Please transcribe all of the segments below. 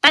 大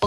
我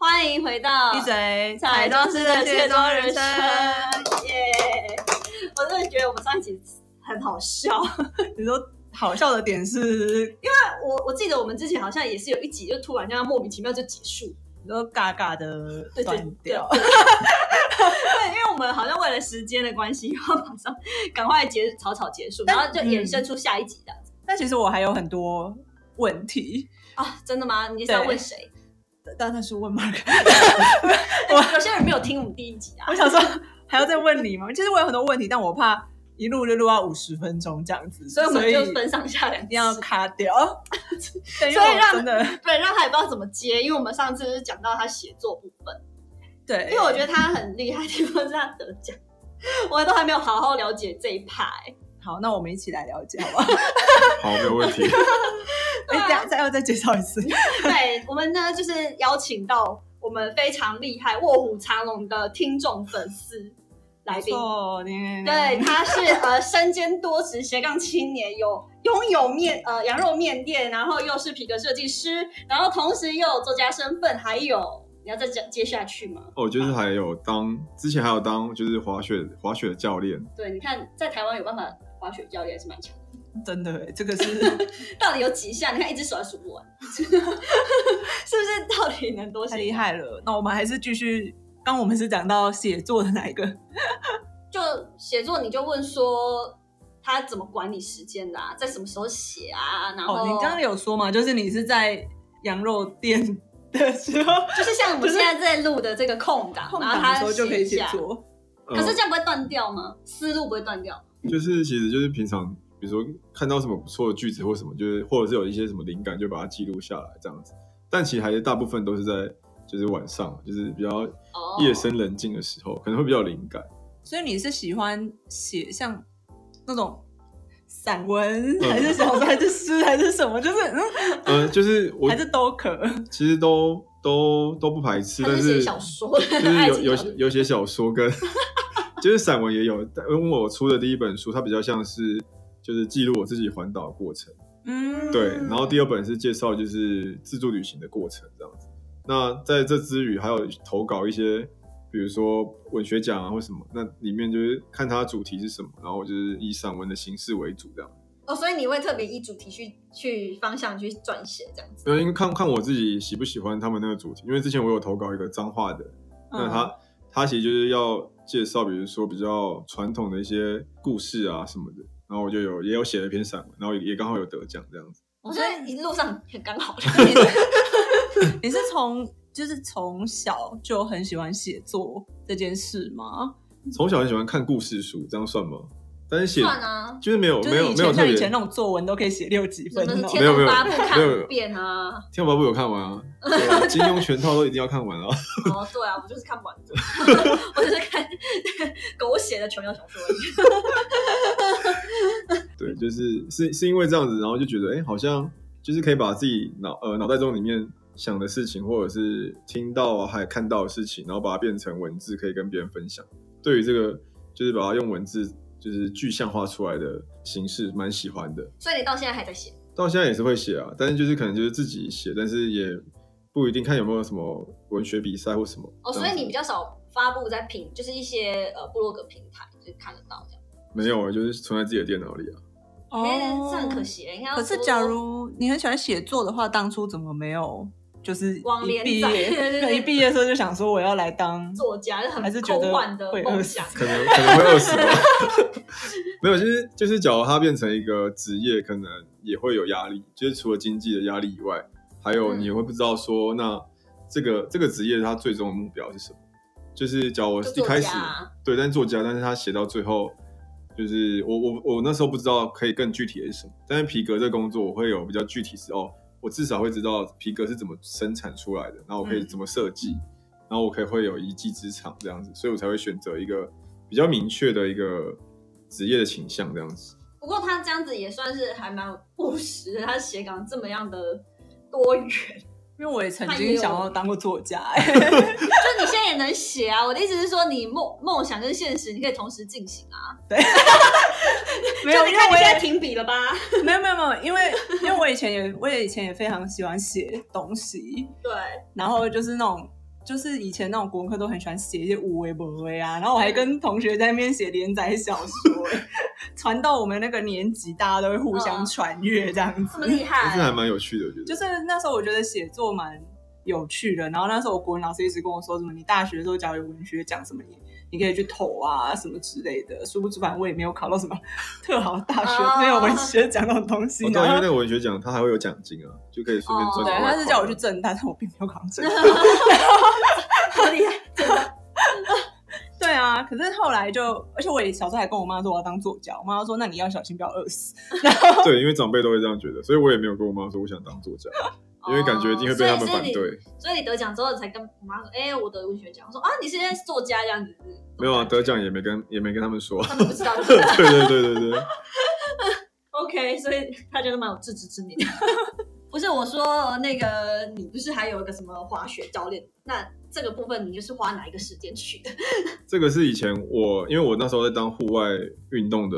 欢迎回到嘴彩妆师的卸妆人生，耶！我真的觉得我们上一集很好 笑。你说好笑的点是，我我记得我们之前好像也是有一集，就突然这样莫名其妙就结束。你说嘎嘎的对对 断掉，对，因为我们好像为了时间的关系，要马上 赶快结草草结束，但嗯然后就衍生出下一集这样子、但其实我还有很多问题，啊？真的吗？你是要对问 谁？当然是问 Mark。有些人没有听我们第一集啊 我。想说还要再问你吗？其实我有很多问题，但我怕一录就录到五十分钟这样子，所以我们所就分上下两一集定，要卡掉。 所以所以让 真的对，让他也不知道怎么接，因为我们上次是讲到他写作部分，对，因为我觉得他很厉害的地方是他得奖，我都还没有好好了解这一派、欸。好，那我们一起来了解好 不好？好，没有问题。 哎、对啊等一下再要再介绍一次，对我们呢，就是邀请到我们非常厉害卧虎藏龙的听众粉丝来宾，错，你对，他是呃身兼多职斜杠青年，有拥有面呃羊肉面店，然后又是皮革设计师，然后同时又有作家身份，还有你要再讲接下去吗？哦，就是还有当之前还有当就是滑雪滑雪教练，对，你看在台湾有办法滑雪教练还是蛮强的， 真的哎，这个 是到底有几项？你看一只手还数不 完，是不是？到底能多太些？厉害了。那我们还是继续，刚我们是讲到写作的哪一个？就写作，你就问说他怎么管理时间的、啊，在什么时候写啊？然后、哦，你刚刚有说嘛，就是你是在羊肉店的时候，就是像我们现在在录的这个空档，空然后档他的时候就可以一写下。作。呃可是这样不会断掉吗？思路不会断掉？就是其实就是平常，比如说看到什么不错的句子或什么，就是或者是有一些什么灵感，就把它记录下来这样子。但其实还是大部分都是在就是晚上，就是比较哦，夜深人静的时候，可能会比较有灵感。所以你是喜欢写像那种散文，嗯还是小说，还是诗，还是什么？就是嗯，呃，就是我还是都可。其实都都都不排斥，他但是是写小说的， 就是爱有情有小说有写小说跟，就是散文也有。但因为我出的第一本书，它比较像是就是记录我自己环岛的过程，嗯，对。然后第二本是介绍就是自助旅行的过程这样子。那在这之余，还有投稿一些，比如说文学奖啊或什么，那里面就是看它主题是什么，然后我就是以散文的形式为主这样。哦，所以你会特别依主题去去方向去撰写这样子。因为看看我自己喜不喜欢他们那个主题，因为之前我有投稿一个脏话的，嗯那他他其实就是要介绍，比如说比较传统的一些故事啊什么的。然后我就有也有写了一篇散文，然后也刚好有得奖这样子。我觉得一路上很刚 好，嗯你是从就是从小就很喜欢写作这件事吗？从小很喜欢看故事书，这样算吗？但是写算 啊，就是没有就没是有以没前有特像以别。前那种作文都可以写六几什分么是哦。天龙八部没看有没五有遍啊？天龙八部有看 完啊，对啊金庸全套都一定要看完啊。哦，对啊，我就是看不完的， 我就是看狗血的琼瑶小说而已。对，嗯就是是是因为这样子，然后就觉得哎、诶好像就是可以把自己脑呃脑袋中里面想的事情，或者是听到啊还有看到的事情，然后把它变成文字，可以跟别人分享。对于这个，就是把它用文字就是具象化出来的形式，蛮喜欢的。所以你到现在还在写？到现在也是会写啊，但是就是可能就是自己写，但是也不一定看有没有什么文学比赛或什么。哦，这所以样子你比较少发布在平，就是一些呃部落格平台，就是看得到这样。没有，就是存在自己的电脑里啊。哎、这很可。惜，应该要哦可是多假如你很喜欢写作的话，当初怎么没有就是往一连毕载 业对对对一毕业的时候就想说我要来当作家就还是很觉空得幻的会梦饿想。可能可能会饿死吧。 没有，就是就是，假如它变成一个职业，可能也会有压力，就是除了经济的压力以外，还有嗯你也会不知道说，那这个这个职业它最终的目标是什么。就是假如我就一作开始家啊对，但是作家，但是他写到最后，就是我我我那时候不知道可以更具体的是什么，但是皮革这个工作我会有比较具体是哦，我至少会知道皮革是怎么生产出来的，然后我可以嗯怎么设计，然后我可以会有一技之长这样子，所以我才会选择一个比较明确的一个职业的倾向这样子。不过他这样子也算是还蛮务实的，他写稿这么样的多元，因为我也曾他也经有想要当过作家、欸就你现在也能写啊。我的意思是说，你梦梦想跟现实你可以同时进行啊。 没有，就因你为看我你现在也停笔了吧？ 没有没有没有，因为因为我以前也我也以前也非常喜欢写东西，对，然后就是那种，就是以前那种国文课都很喜欢写一些无为不为啊，然后我还跟同学在那边写连载小说、欸传到我们那个年级，大家都会互嗯相传阅这样这么子。厉 但是还害，蛮有趣的，我觉得。 就是那时候我觉得写作蛮有趣的，然后那时候我国文老师一直跟我说什么，你大学的时候假如有文学奖什么，你你可以去投啊什么之类的。殊不知，反正我也没有考到什么特好大学，哦没有文学奖那种东西。哦，对，因然为后那个文学奖，它还会有奖金啊，就可以随便赚。对，哦他是叫我去，正大，但我并没有考 上正大。好厉害，对啊，可是后来就，而且我也小时候还跟我妈说我要当作家，我妈说那你要小心不要饿死。对，因为长辈都会这样觉得，所以我也没有跟我妈说我想当作 家，因为感觉一定会被他们反哦。所以是对。你所以你得奖之后，你才跟我妈说：“哎、我得文学奖。”我说：“啊，你现在是作家这样子。”没有啊，得奖也没跟也没跟他们说。啊 他们不知道。对对对对对， OK，所以他觉得蛮有自知之明的。不是我说那个，你不是还有一个什么滑雪教练？那这个部分你就是花哪一个时间去的？这个是以前我，因为我那时候在当户外运动的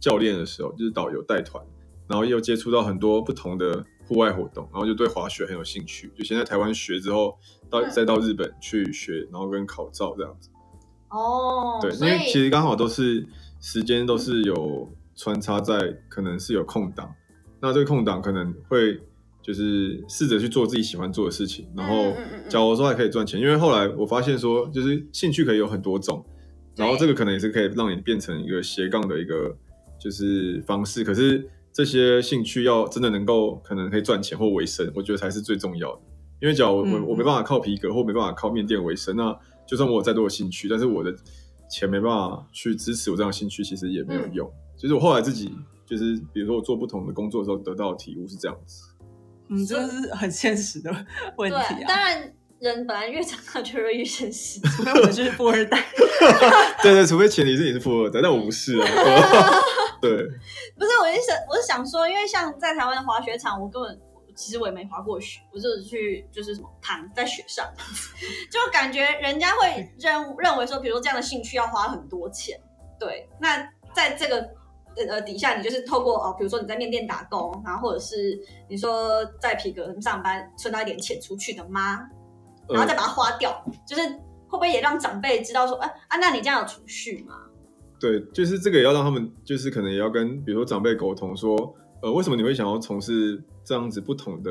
教练的时候，就是导游带团，然后又接触到很多不同的户外活动，然后就对滑雪很有兴趣，就先在台湾学之后，到嗯再到日本去学，然后跟考照这样子。哦，对，因所为其以实刚好都是时间都是有穿插在，可能是有空档，那这个空档可能会就是试着去做自己喜欢做的事情，然后嗯嗯嗯嗯假如说还可以赚钱，因为后来我发现说，就是兴趣可以有很多种，然后对这个可能也是可以让你变成一个斜杠的一个就是方式，可是这些兴趣要真的能够可能可以赚钱或维生，我觉得才是最重要的。因为假如我我嗯我没嗯办法靠皮革或没办法靠面店为生，那就算我有再多的兴趣，但是我的钱没办法去支持我这样的兴趣，其实也没嗯有用。就是我后来自己就是，比如说我做不同的工作的时候得到的体悟是这样子。嗯，这个是很现实的问题对，啊。当然人本来越长大就会越生气。 除非 我是富二代，对对，除非前提是你是富二代，但我不是 啊。 对，不是，我是想，我是想说，因为像在台湾的滑雪场，我根本其实我也没滑过雪，我就是去就是什么躺在雪上，就感觉人家会认认为说，比如说这样的兴趣要花很多钱，对，那在这个。呃呃，底下你就是透过哦，比如说你在面店打工，然后或者是你说在皮革上班存到一点钱出去的妈，然后再呃，把它花掉，就是会不会也让长辈知道说，哎啊，那你这样有储蓄吗？对，就是这个也要让他们，就是可能也要跟比如说长辈沟通说，呃，为什么你会想要从事这样子不同的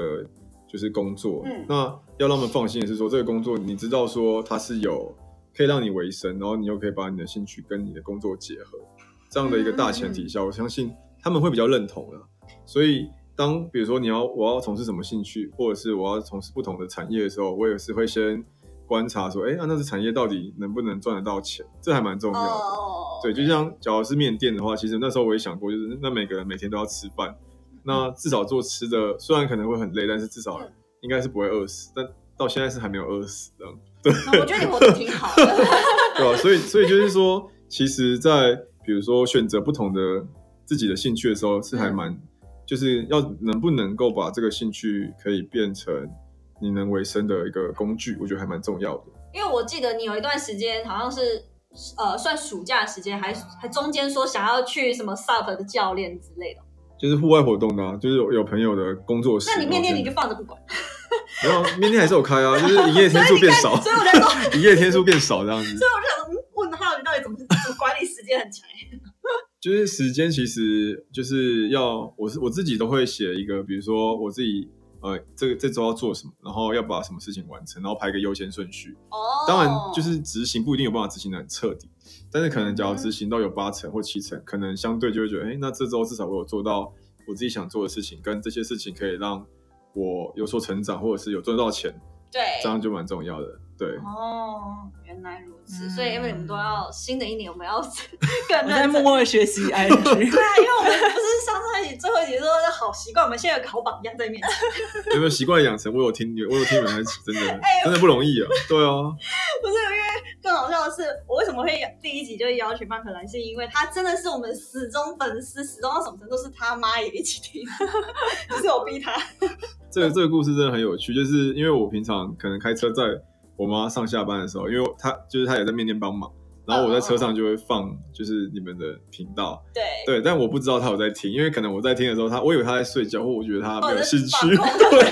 就是工作？嗯那要让他们放心的是说，这个工作你知道说它是有可以让你维生，然后你又可以把你的兴趣跟你的工作结合，这样的一个大嗯前提下，我相信他们会比较认同的。所以当比如说你要我要从事什么兴趣，或者是我要从事不同的产业的时候，我也是会先观察说，哎、那、那这产业到底能不能赚得到钱，这还蛮重要的。哦，对，就像假如是面店的话，其实那时候我也想过，就是那每个人每天都要吃饭，那至少做吃的，虽然可能会很累，但是至少嗯应该是不会饿死。但到现在是还没有饿死这样，嗯我觉得你活得挺好的。 对吧、啊所以，所以就是说，其实，在比如说选择不同的自己的兴趣的时候，是嗯还蛮，就是要能不能够把这个兴趣可以变成你能维生的一个工具，我觉得还蛮重要的。因为我记得你有一段时间好像是呃算暑假的时间，还还中间说想要去什么 SUP 的教练之类的。就是户外活动的、啊，就是有有朋友的工作室。那你面店然后你就放着不管，然后明天还是有开啊，就是营业天数变少， 所以我在说，所 营业天数变少这样子。以我就想说，嗯，问号你到底怎么怎么管理时间很强？就是时间其实就是要，我是我自己都会写一个，比如说我自己呃这个这周要做什么，然后要把什么事情完成，然后排个优先顺序。哦， 当然，就是执行不一定有办法执行的很彻底，但是可能嗯假如执行到有八成或七成，可能相对就会觉得，哎，那这周至少我有做到我自己想做的事情，跟这些事情可以让我有所成长，或者是有赚到钱，对这样就蛮重要的。对，哦，原来如此，嗯所以因为我们都要新的一年，我们要 更我在认默真。默的学 习 IG。对啊，因为我们不是上上一集最后一集说的好习惯，我们现在有个好榜样在面前。 有没有习惯养成？我有听你，我有听你们，真哎的真的不容易啊。对啊，不是因为更好笑的是，我为什么会第一集就邀请麦克兰，是因为他真的是我们死忠粉丝，死忠到什么程度？是他妈也一起听，就是我逼他。这个这个故事真的很有趣，就是因为我平常可能开车载我妈上下班的时候，因为她就是她也在面店帮忙，然后我在车上就会放就是你们的频道，对，对，但我不知道她有在听，因为可能我在听的时候，她我以为她在睡觉，或我觉得她或没者有哦是兴趣，放空 对。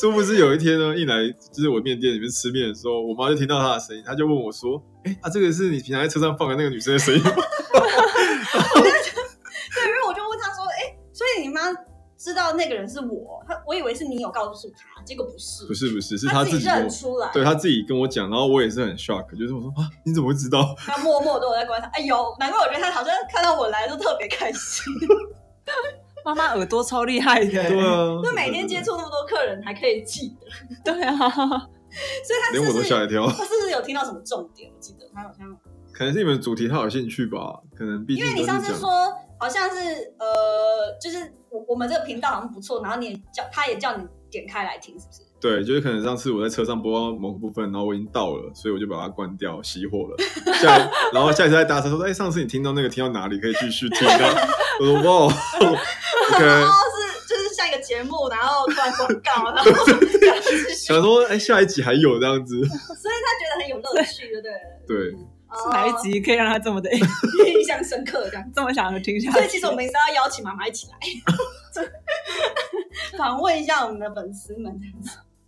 殊不知有一天呢，一来就是我面店里面吃面的时候，我妈就听到她的声音，她就问我说：“哎、啊，这个是你平常在车上放的那个女生的声音吗？” 对，因为我就问他说，哎、所以你妈知道那个人是我，他我以为是你有告诉他，结果不是，不是不是，是他她自己跟认我出来，对他自己跟我讲，然后我也是很 shock，就是我说啊，你怎么会知道？他默默的我在观察。哎呦，难怪我觉得他好像看到我来都特别开心，妈妈耳朵超厉 害的，对啊，就每天接触那么多客人还可以记得，对啊，所以他对，对对连是我不都是吓一跳。 他是不是有听到什么重点？我记得他好像。可能是你们主题他有兴趣吧，可能毕因竟为都你是上次讲说好像是呃，就是我我们这个频道好像不错，然后你也叫他也叫你点开来听，是不是？对，就是可能上次我在车上播到某个部分，然后我已经到了，所以我就把它关掉熄火了。下然后下一次 再搭车说，哎，上次你听到那个听到哪里可以继续听到？ 我说哇哦然，OK，后是就是像一个节目，然后突然广告，然后然后继续想说哎下一集还有这样子， 所以他觉得很有乐趣，对不对了？对，是哪一集可以让他这么的哦？印象深刻这样。 这么想要听下去？所以其实我们也是要邀请妈妈一起来， 访问一下我们的粉丝们。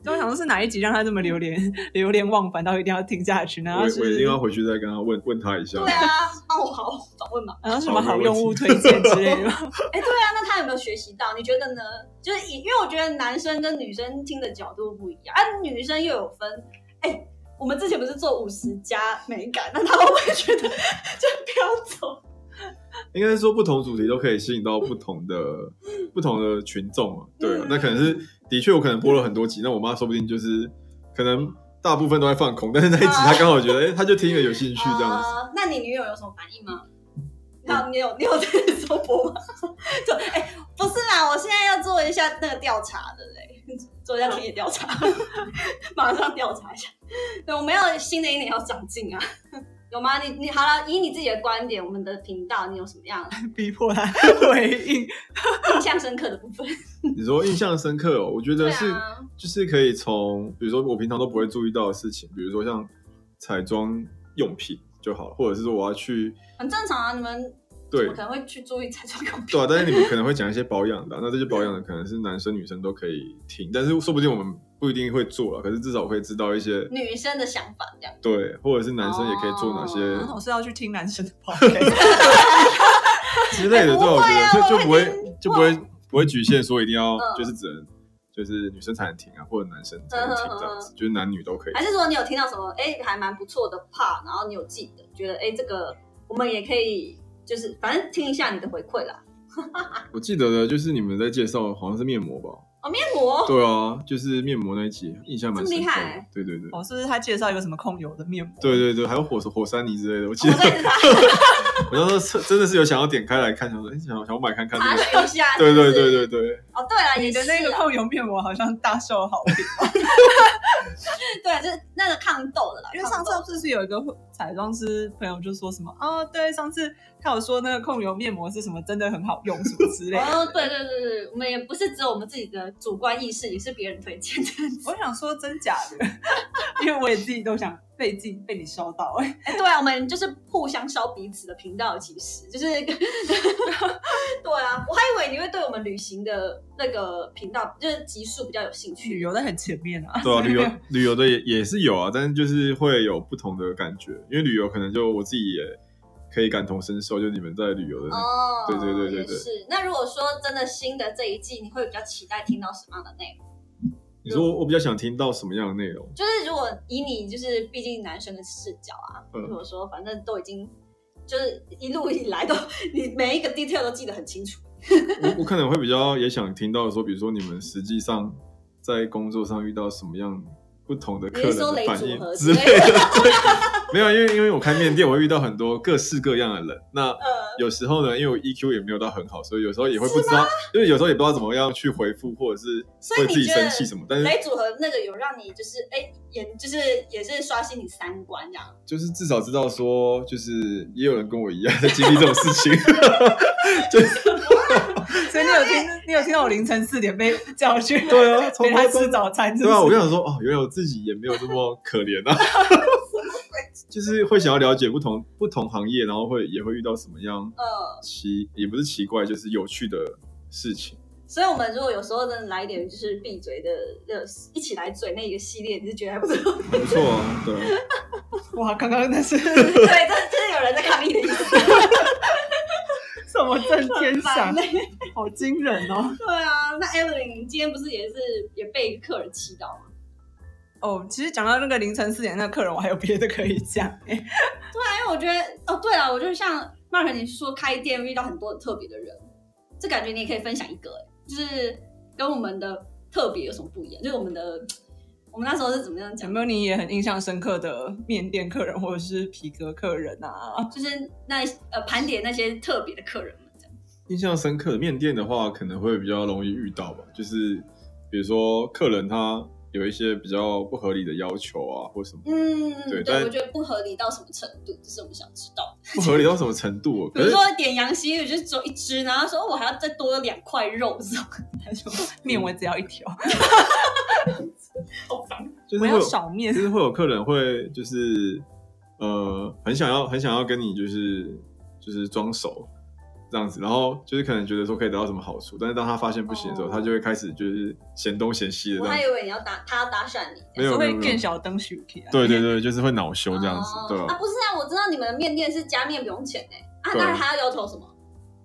就想说是哪一集让他这么流连 流连忘返到一定要听下去？然我后我一是定要回去再跟他问问他一下对。啊，帮我好好访问嘛。然后什么好用物推荐之类的吗？ 哎、对啊，那他有没有学习到？你觉得呢？就是以，因为我觉得男生跟女生听的角度不一样，啊，女生又有分。哎、我们之前不是做五十加美感，那他会不会觉得 就飘走？应该是说不同主题都可以吸引到不同的不同的群众啊。对啊嗯，那可能是的确，我可能播了很多集，那我妈说不定就是可能大部分都在放空，但是那一集她刚好嗯觉得，哎、她就听了有兴趣这样子。嗯啊那你女友有什么反应吗？那你有你有在收播吗？ 就哎、不是啦，我现在要做一下那个调查的嘞，做一下田野调查， 马上调查一下。对，我们要新的一年要长进啊。 有吗？你你好了，以你自己的观点，我们的频道你有什么样逼迫他回应。印象深刻的部分？你说印象深刻哦，我觉得是、嗯啊， 就是可以从，比如说我平常都不会注意到的事情，比如说像彩妆用品就好了，或者是说我要去很正常啊。你们对我可能会去注意彩妆用品对啊，但是你们可能会讲一些保养的啊、那这些保养的可能是男生女生都可以听，但是说不定我们不一定会做了，可是至少可以知道一些 女生的想法这样。对，或者是男生也可以做哪些 然哦后我是要去听男 生的 podcast， 之类的，哎对，我觉不会啊得就就不我会就不会不会局限说一定要嗯就是只能就是女生才能听啊，或者男生才能听这嗯样子，就是男女都可以还。是说你有听到什么？哎、还蛮不错的 part，然后你有记得，觉得哎、这个我们也可以，就是反正听一下你的回馈啦。我记得的就是你们在介绍好像是面膜吧？哦，面膜，对啊，就是面膜那一集印象蛮深这么刻厉害的。对对对。哦，是不是他介绍一个什么控油的面膜？对对对，还有火火山泥之类的，我记我得再查 我那时候是真的是有想要点开来看，想说哎，想想要买看看查这个。询一下。对对对是不是。对对，哦，对了，也你是的那个啊控油面膜好像大受好评，对，就是那个抗痘的啦。因为上次抗痘不是有一个彩妆师朋友就说什么哦，对，上次他有说那个控油面膜是什么真的很好用什么之 类的。哦，对对对对，我们也不是只有我们自己的主观意识，也是别人推荐的。 我想说真假的，因为我也自己都想被自己被你烧到、 欸，哎对啊，我们就是互相烧彼此的频道，其实就是， 对啊，我还以为你会对我们旅行的那个频道，就是集数比较有兴旅趣。游的很前面 啊。对啊，旅游旅游的也也是有啊，但是就是会有不同的感觉，因为旅游可能就我自己也可以感同身受，就你们在旅游的那个哦，对对对对也对是。那如果说真的新的这一季，你会比较期待听到什么样的内容？你说我我比较想听到什么样的内容？ 就是如果以你就是毕竟男生的视角啊，嗯如果说反正都已经就是一路以来都你每一个 detail 都记得很清楚，我我可能会比较也想听到说，比如说你们实际上在工作上遇到什么样不同的客你人是说的雷反组应合之之类类的的？。 没有，因为因为我开面店，我会遇到很多各式各样的人。那 呃，有时候呢，因为我 EQ 也没有到很好，所以有时候也会不知道，因为有时候也不知道怎么样去回复，或者是所以会你自己觉得生气什么。但是雷组合那个有让你就是哎也就是也是刷新你三观这样。就是至少知道说，就是也有人跟我一样在经历这种事情。所以你有听，你有听到我凌晨四点被叫去，对啊，从陪他高中吃早餐， 对啊，我就就想说，哦，原来我自己也没有这么可怜 啊。就是会想要了解不同不同行业，然后会也会遇到什么样呃，奇也不是奇怪，就是有趣的事情。所以我们如果有时候真的来一点就是闭嘴的，呃，一起来嘴那一个系列，你是觉得还不错？不错啊，对啊，哇，刚刚那是 对，这这是有人在抗议的意思，啊什么震天很烦响呢，好惊人哦！对啊，那 Evelyn 今天不是也是也被一个客人气到吗？哦，其实讲到那个凌晨四点那个客人，我还有别的可以讲、因欸。为我觉得哦，对了，我就像曼可你说开店遇到很多很特别的人，这感觉你也可以分享一个、欸，就是跟我们的特别有什么不一样？就是我们的我们那时候是怎么样有讲？没有你也很印象深刻的面店客人或者是皮革客人啊？就是那呃盘点那些特别的客人们这样。印象深刻的面店的话，可能会比较容易遇到吧，就是比如说客人他有一些比较不合理的要求啊，或什么嗯，对，对但我觉得不合理到什么程度，这是我们想知道的。不合理到什么程度哦。比如可是说点羊膝鱼就是只有一只，然后说哦我还要再多两块肉，这种他说嗯面我只要一条，好烦。就是我会要有少面就。是会有客人会就是呃很想要很想要跟你就是就是装熟这样子，然后就是可能觉得说可以得到什么好处，但是当他发现不行的时候，哦他就会开始就是嫌东嫌西的我这还样以子。为你要打他要搭讪你，没有没有会没有更，小灯 s h u 啊？对对对，就是会恼羞这样子，哦对啊啊，，不是啊，我知道你们的面店是加面不用钱哎、啊，对那还要要求什么？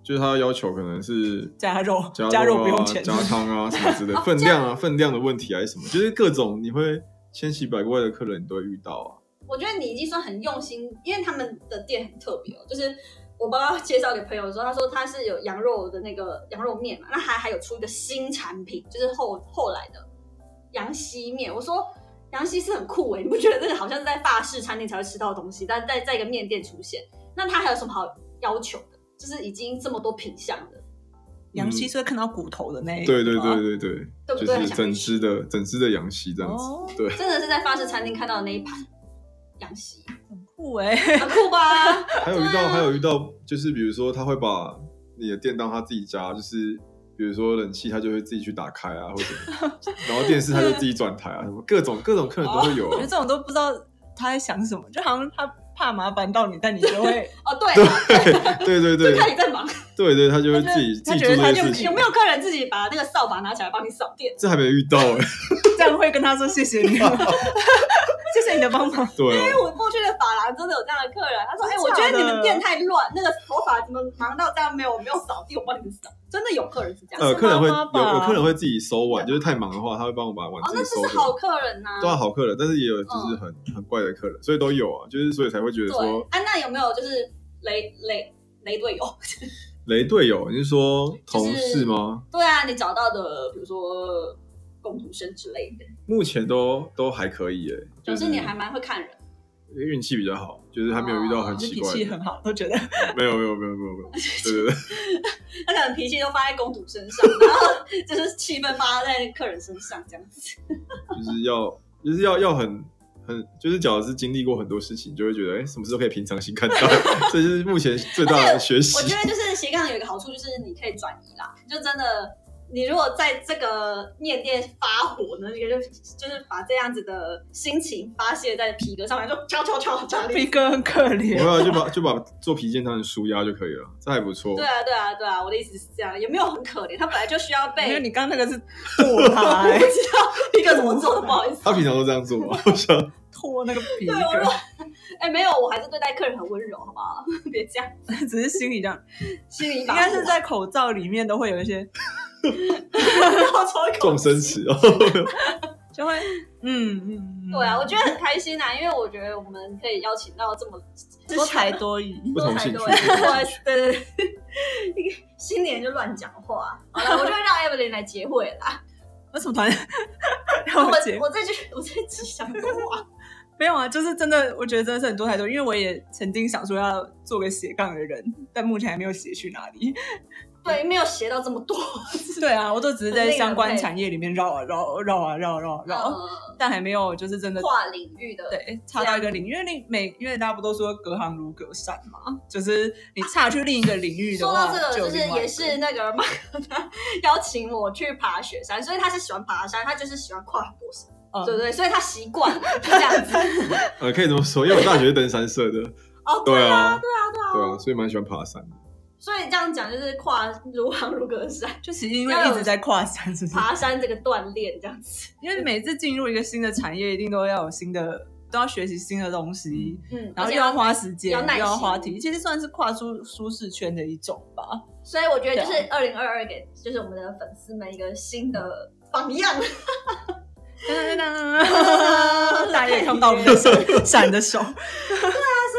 就是他的要求可能是加肉加加肉啊不用钱加汤啊什么之 类的，哦分量啊分量的问题还是什么，就是各种你会千奇百怪的客人你都会遇到啊。我觉得你已经算很用心，因为他们的店很特别哦。就是我爸爸介绍给朋友的时候，他说他是有羊肉的那个羊肉面嘛，那还还有出一个新产品，就是后后来的羊稀面。我说羊稀是很酷诶、欸你不觉得这个好像是在法式餐厅才会吃到的东西，但在在一个面店出现，那他还有什么好要求的？就是已经这么多品相的，羊膝是会看到骨头的那一嗯啊对对个吗对对对，对不就对？很是想整去只的整只的羊膝这样子，哦，对。真的是在法式餐厅看到的那一盘羊膝，很酷哎、很酷吧？还有遇对到，啊还有遇到，就是比如说他会把你的店当他自己家，就是比如说冷气他就会自己去打开啊，或者 然后电视他就自己转台啊，什么各种各种客人都会有 我觉得哦啊。这种都不知道他在想什么，就好像他怕麻烦到你，但你就 会哦，对，对对对就看你在忙。对对，他就会自己他自己觉得做这些他事就情有。没有客人自己把那个扫把拿起来帮你扫地？这还没 遇到哎、这样会跟他说谢谢 你，谢谢你的帮忙。对因为啊，哎我过去的发廊真的有这样的客人，他说：“哎、真的我假觉的得你们店太乱，那个头发怎么忙到这样？没有，我没有扫地，我帮你们扫。”真的有客人是这样，呃，是客人会妈妈吧有有客人会自己收碗，就是太忙的话，他会帮我把碗哦，自那己就收是走。好嗯客人呐、对啊，好客人，但是也有就是很、很怪的客人，所以都有啊，就是所以才会觉得对说，啊，那有没有就是雷雷雷队友？雷队友，你是说就是同事吗？对啊，你找到的，比如说工读生之类的，目前都都还可以诶、就总是之你还蛮会看人。运气比较好，就是还没有遇到很你奇脾怪气的。很好，都觉得 没有没有没有没有没有，对对对，他可能脾气都发在公主身上，然后 就是气氛发在客人身上这样 子。就是要就是要要很很，就是假如是经历过很多事情，就会觉得哎、诶什么事都可以平常心看待，这就是目前最大的学习我。觉得就是斜杠有一个好处，就是你可以转移啦，就真的。你如果在这个面店发火呢，你就就是把这样子的心情发泄在皮革上面，就敲敲敲敲。飞哥很可 我怜。要就把就把做皮件当成舒压就可以了，这还不错。对啊，对啊，对啊，我的意思是这样，也没有很可怜，他本来就需要因为 被你刚刚那个是剁他、 欸，皮革怎么做的，不好意思。他平常都这样做吗？我想剁那个皮对我革，哎，没有，我还是对待客人很温柔，好不好？ 别这样，只是心里这样，心里应应该是在口罩里面都会有一些，要抽一口众生气词哦，就会嗯嗯，嗯对啊，我觉得很开心啊，因为我觉得我们可以邀请到这么多才多艺。不同兴趣多才多艺对对啊对，新年就乱讲话。好了，我就让 Evelyn 来结会啦。那什 么团？我了解我这句我这句想过 啊，没有啊，就是真的，我觉得真的是很多才多，因为我也曾经想说要做个斜杠的人，但目前还没有斜去哪 里。对，没有写到这么 多，对啊，我都只是在很令人相关佩服产业里面绕啊绕，绕啊绕，绕啊绕，呃，但还没有就是真的跨领域的，对，插到一个领域，因为你每因为大家不都说隔行如隔山嘛，就是你岔去另一个领域的啊说话，到这个，就有就是另外一也个是那个马克他 邀请我去爬雪山，所以他是喜欢爬山，他就是喜欢跨很多山，嗯对不对？所以他习惯了就这样子。 呃，可以这么说，因为我大学是登山社的，哦，对啊，啊对啊，对啊。对啊，所以蛮喜欢爬山的。所以这样讲就是跨如行如隔山，就其实因为一直在跨山， 是不是？爬山这个锻炼这样子。因为每次进入一个新的产业，一定都要有新的，都要学习新的东西，嗯，然后而且又要花时间，要耐又心要花体力，其实算是跨出舒适圈的一种 吧。所以我觉得就对啊是二零二二给就是我们的粉丝们一个新的榜 样，哒哒哒大家也看不到我们的手闪的手，所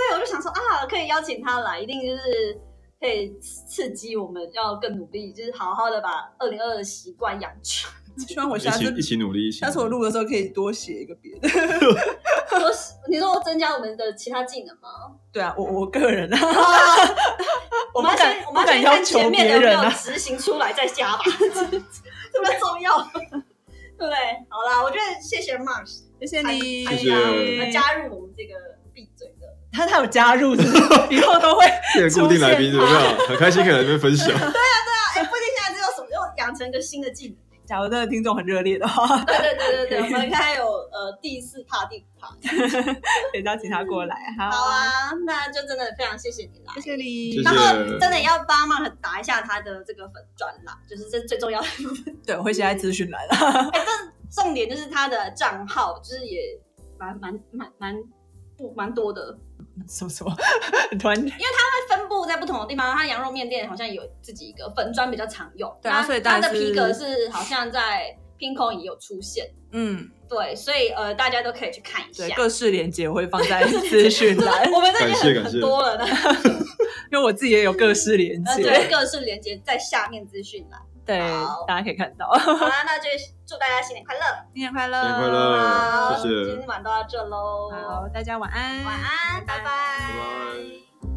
以我就想说啊，可以邀请他来，一定就是 可以刺激我们要更努力，就是好好的把二零二的习惯养 成，希望我一下起次一起努力，一起下次我努力录的时候可以多写一个别的。说你说增加我们的其他技能吗？对啊，我我个人啊， 我们要不敢先我不们要敢先要看求前面的别有没人有啊。执行出来再加吧， 这比较重要， 对不对？好啦，我觉得谢谢 Mars。谢谢你，参谢加我谢们加入我们这个闭嘴的，他他有加入，是不是 以后都会变成固定来宾出怎么样？很开心可以来这边分享。哎、不一定现在只有什么，就养成个新的技能。假如真的听众很热烈的话，对对对对对，我 们还有呃第四趴、第五趴。可以邀请他过来。好好，啊，那就真的非常谢谢你啦。谢谢你。谢然谢后真的要帮忙打一下他的这个粉砖啦，就是这最重要的。对，我会写在资讯栏啊了。重点就是他的账号，就是也蛮蛮蛮蛮不蛮多的，什么什么？ 突然它分布在不同的地方。它羊肉面店好像有自己一个粉砖比较常用，对啊那所以它当的然皮是革是好像在 Pinko 也有出现。嗯，对，所以呃，大家都可以去看一下，对，。各式连接我会放在资讯栏 我们这里哎感谢很感很谢多了的，因为我自己也有各式连呃，接对，，各式连接在下面资讯 栏。对好，大家可以看到。好啦，那就祝大家新年快乐！新年快乐，新年快乐好，谢谢今天晚上到这喽，好，大家晚安，晚安，拜拜拜拜